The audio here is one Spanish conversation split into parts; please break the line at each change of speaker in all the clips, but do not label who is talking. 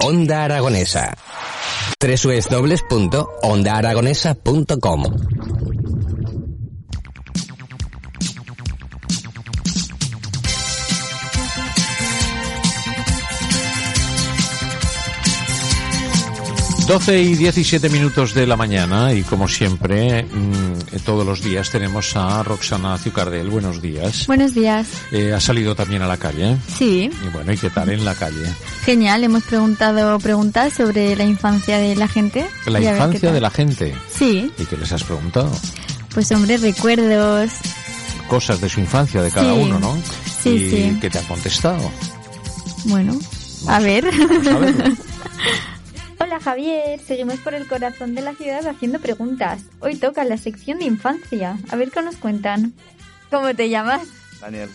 Onda Aragonesa. www.ondaaragonesa.com
Doce y 17 minutos de la mañana y como siempre, mm, todos los días tenemos a Roxana Ciucardel. Buenos días.
Buenos días.
Eh, ha salido también a la calle.
Sí,
Y bueno, ¿y qué tal en la calle?
genial. Hemos preguntado preguntas sobre la infancia de la gente.
La
Y a ver qué
infancia
tal.
de la gente.
Sí,
¿Y qué les has preguntado?
pues hombre, recuerdos.
Cosas de su infancia, de cada
Sí.
uno, ¿no?
Sí,
¿Y
sí.
qué te han contestado?
Bueno, a ver.
Vamos a verlo.
Hola Javier, seguimos por el corazón de la ciudad haciendo preguntas. Hoy toca la sección de infancia. A ver qué nos cuentan. ¿Cómo te llamas?
Daniel,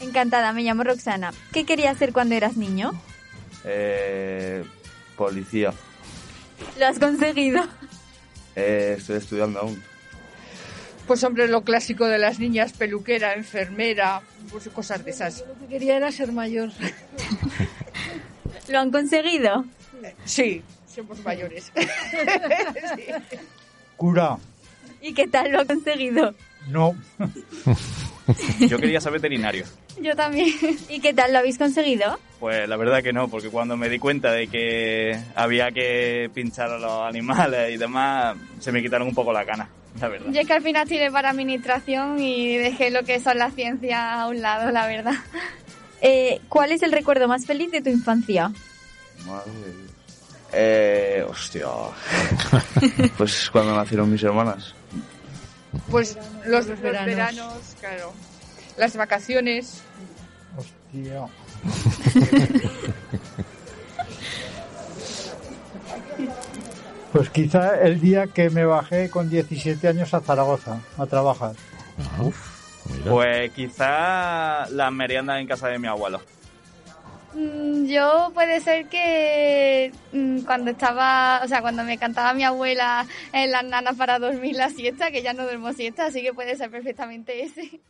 Encantada, me llamo Roxana. ¿Qué querías ser cuando eras niño?
eh, policía.
Lo has conseguido.
Eh, estoy estudiando aún.
Pues hombre, lo clásico de las niñas, peluquera, enfermera, pues cosas de esas.
Lo que quería era ser mayor.
Lo han conseguido.
Sí, somos mayores.
Cura,
¿Y qué tal lo ha conseguido?
no.
Yo quería ser veterinario.
Yo también. ¿Y qué tal lo habéis conseguido?
Pues la verdad que no, porque cuando me di cuenta de que había que pinchar a los animales y demás, se me quitaron un poco la gana, la verdad.
Yo es que al final tiré para administración y dejé lo que son las ciencias a un lado, la verdad.
Eh, ¿Cuál es el recuerdo más feliz de tu infancia?
Madre de Dios. Eh, hostia. pues cuando nacieron mis hermanas.
Pues los, los
veranos.
veranos. claro. Las vacaciones.
Hostia. Pues quizá el día que me bajé con 17 años a Zaragoza a trabajar.
Pues quizá las meriendas en casa de mi abuelo.
Mm, Yo puede ser que mm, cuando estaba, o sea, cuando me cantaba mi abuela en las nanas para dormir la siesta, que ya no duermo siesta, así que puede ser perfectamente ese.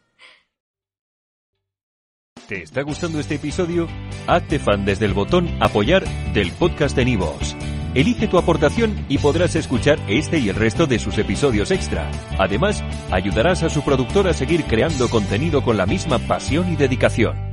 ¿Te está gustando este episodio? Hazte fan desde el botón Apoyar del podcast de Nivos. Elige tu aportación y podrás escuchar este y el resto de sus episodios extra. Además, ayudarás a su productor a seguir creando contenido con la misma pasión y dedicación.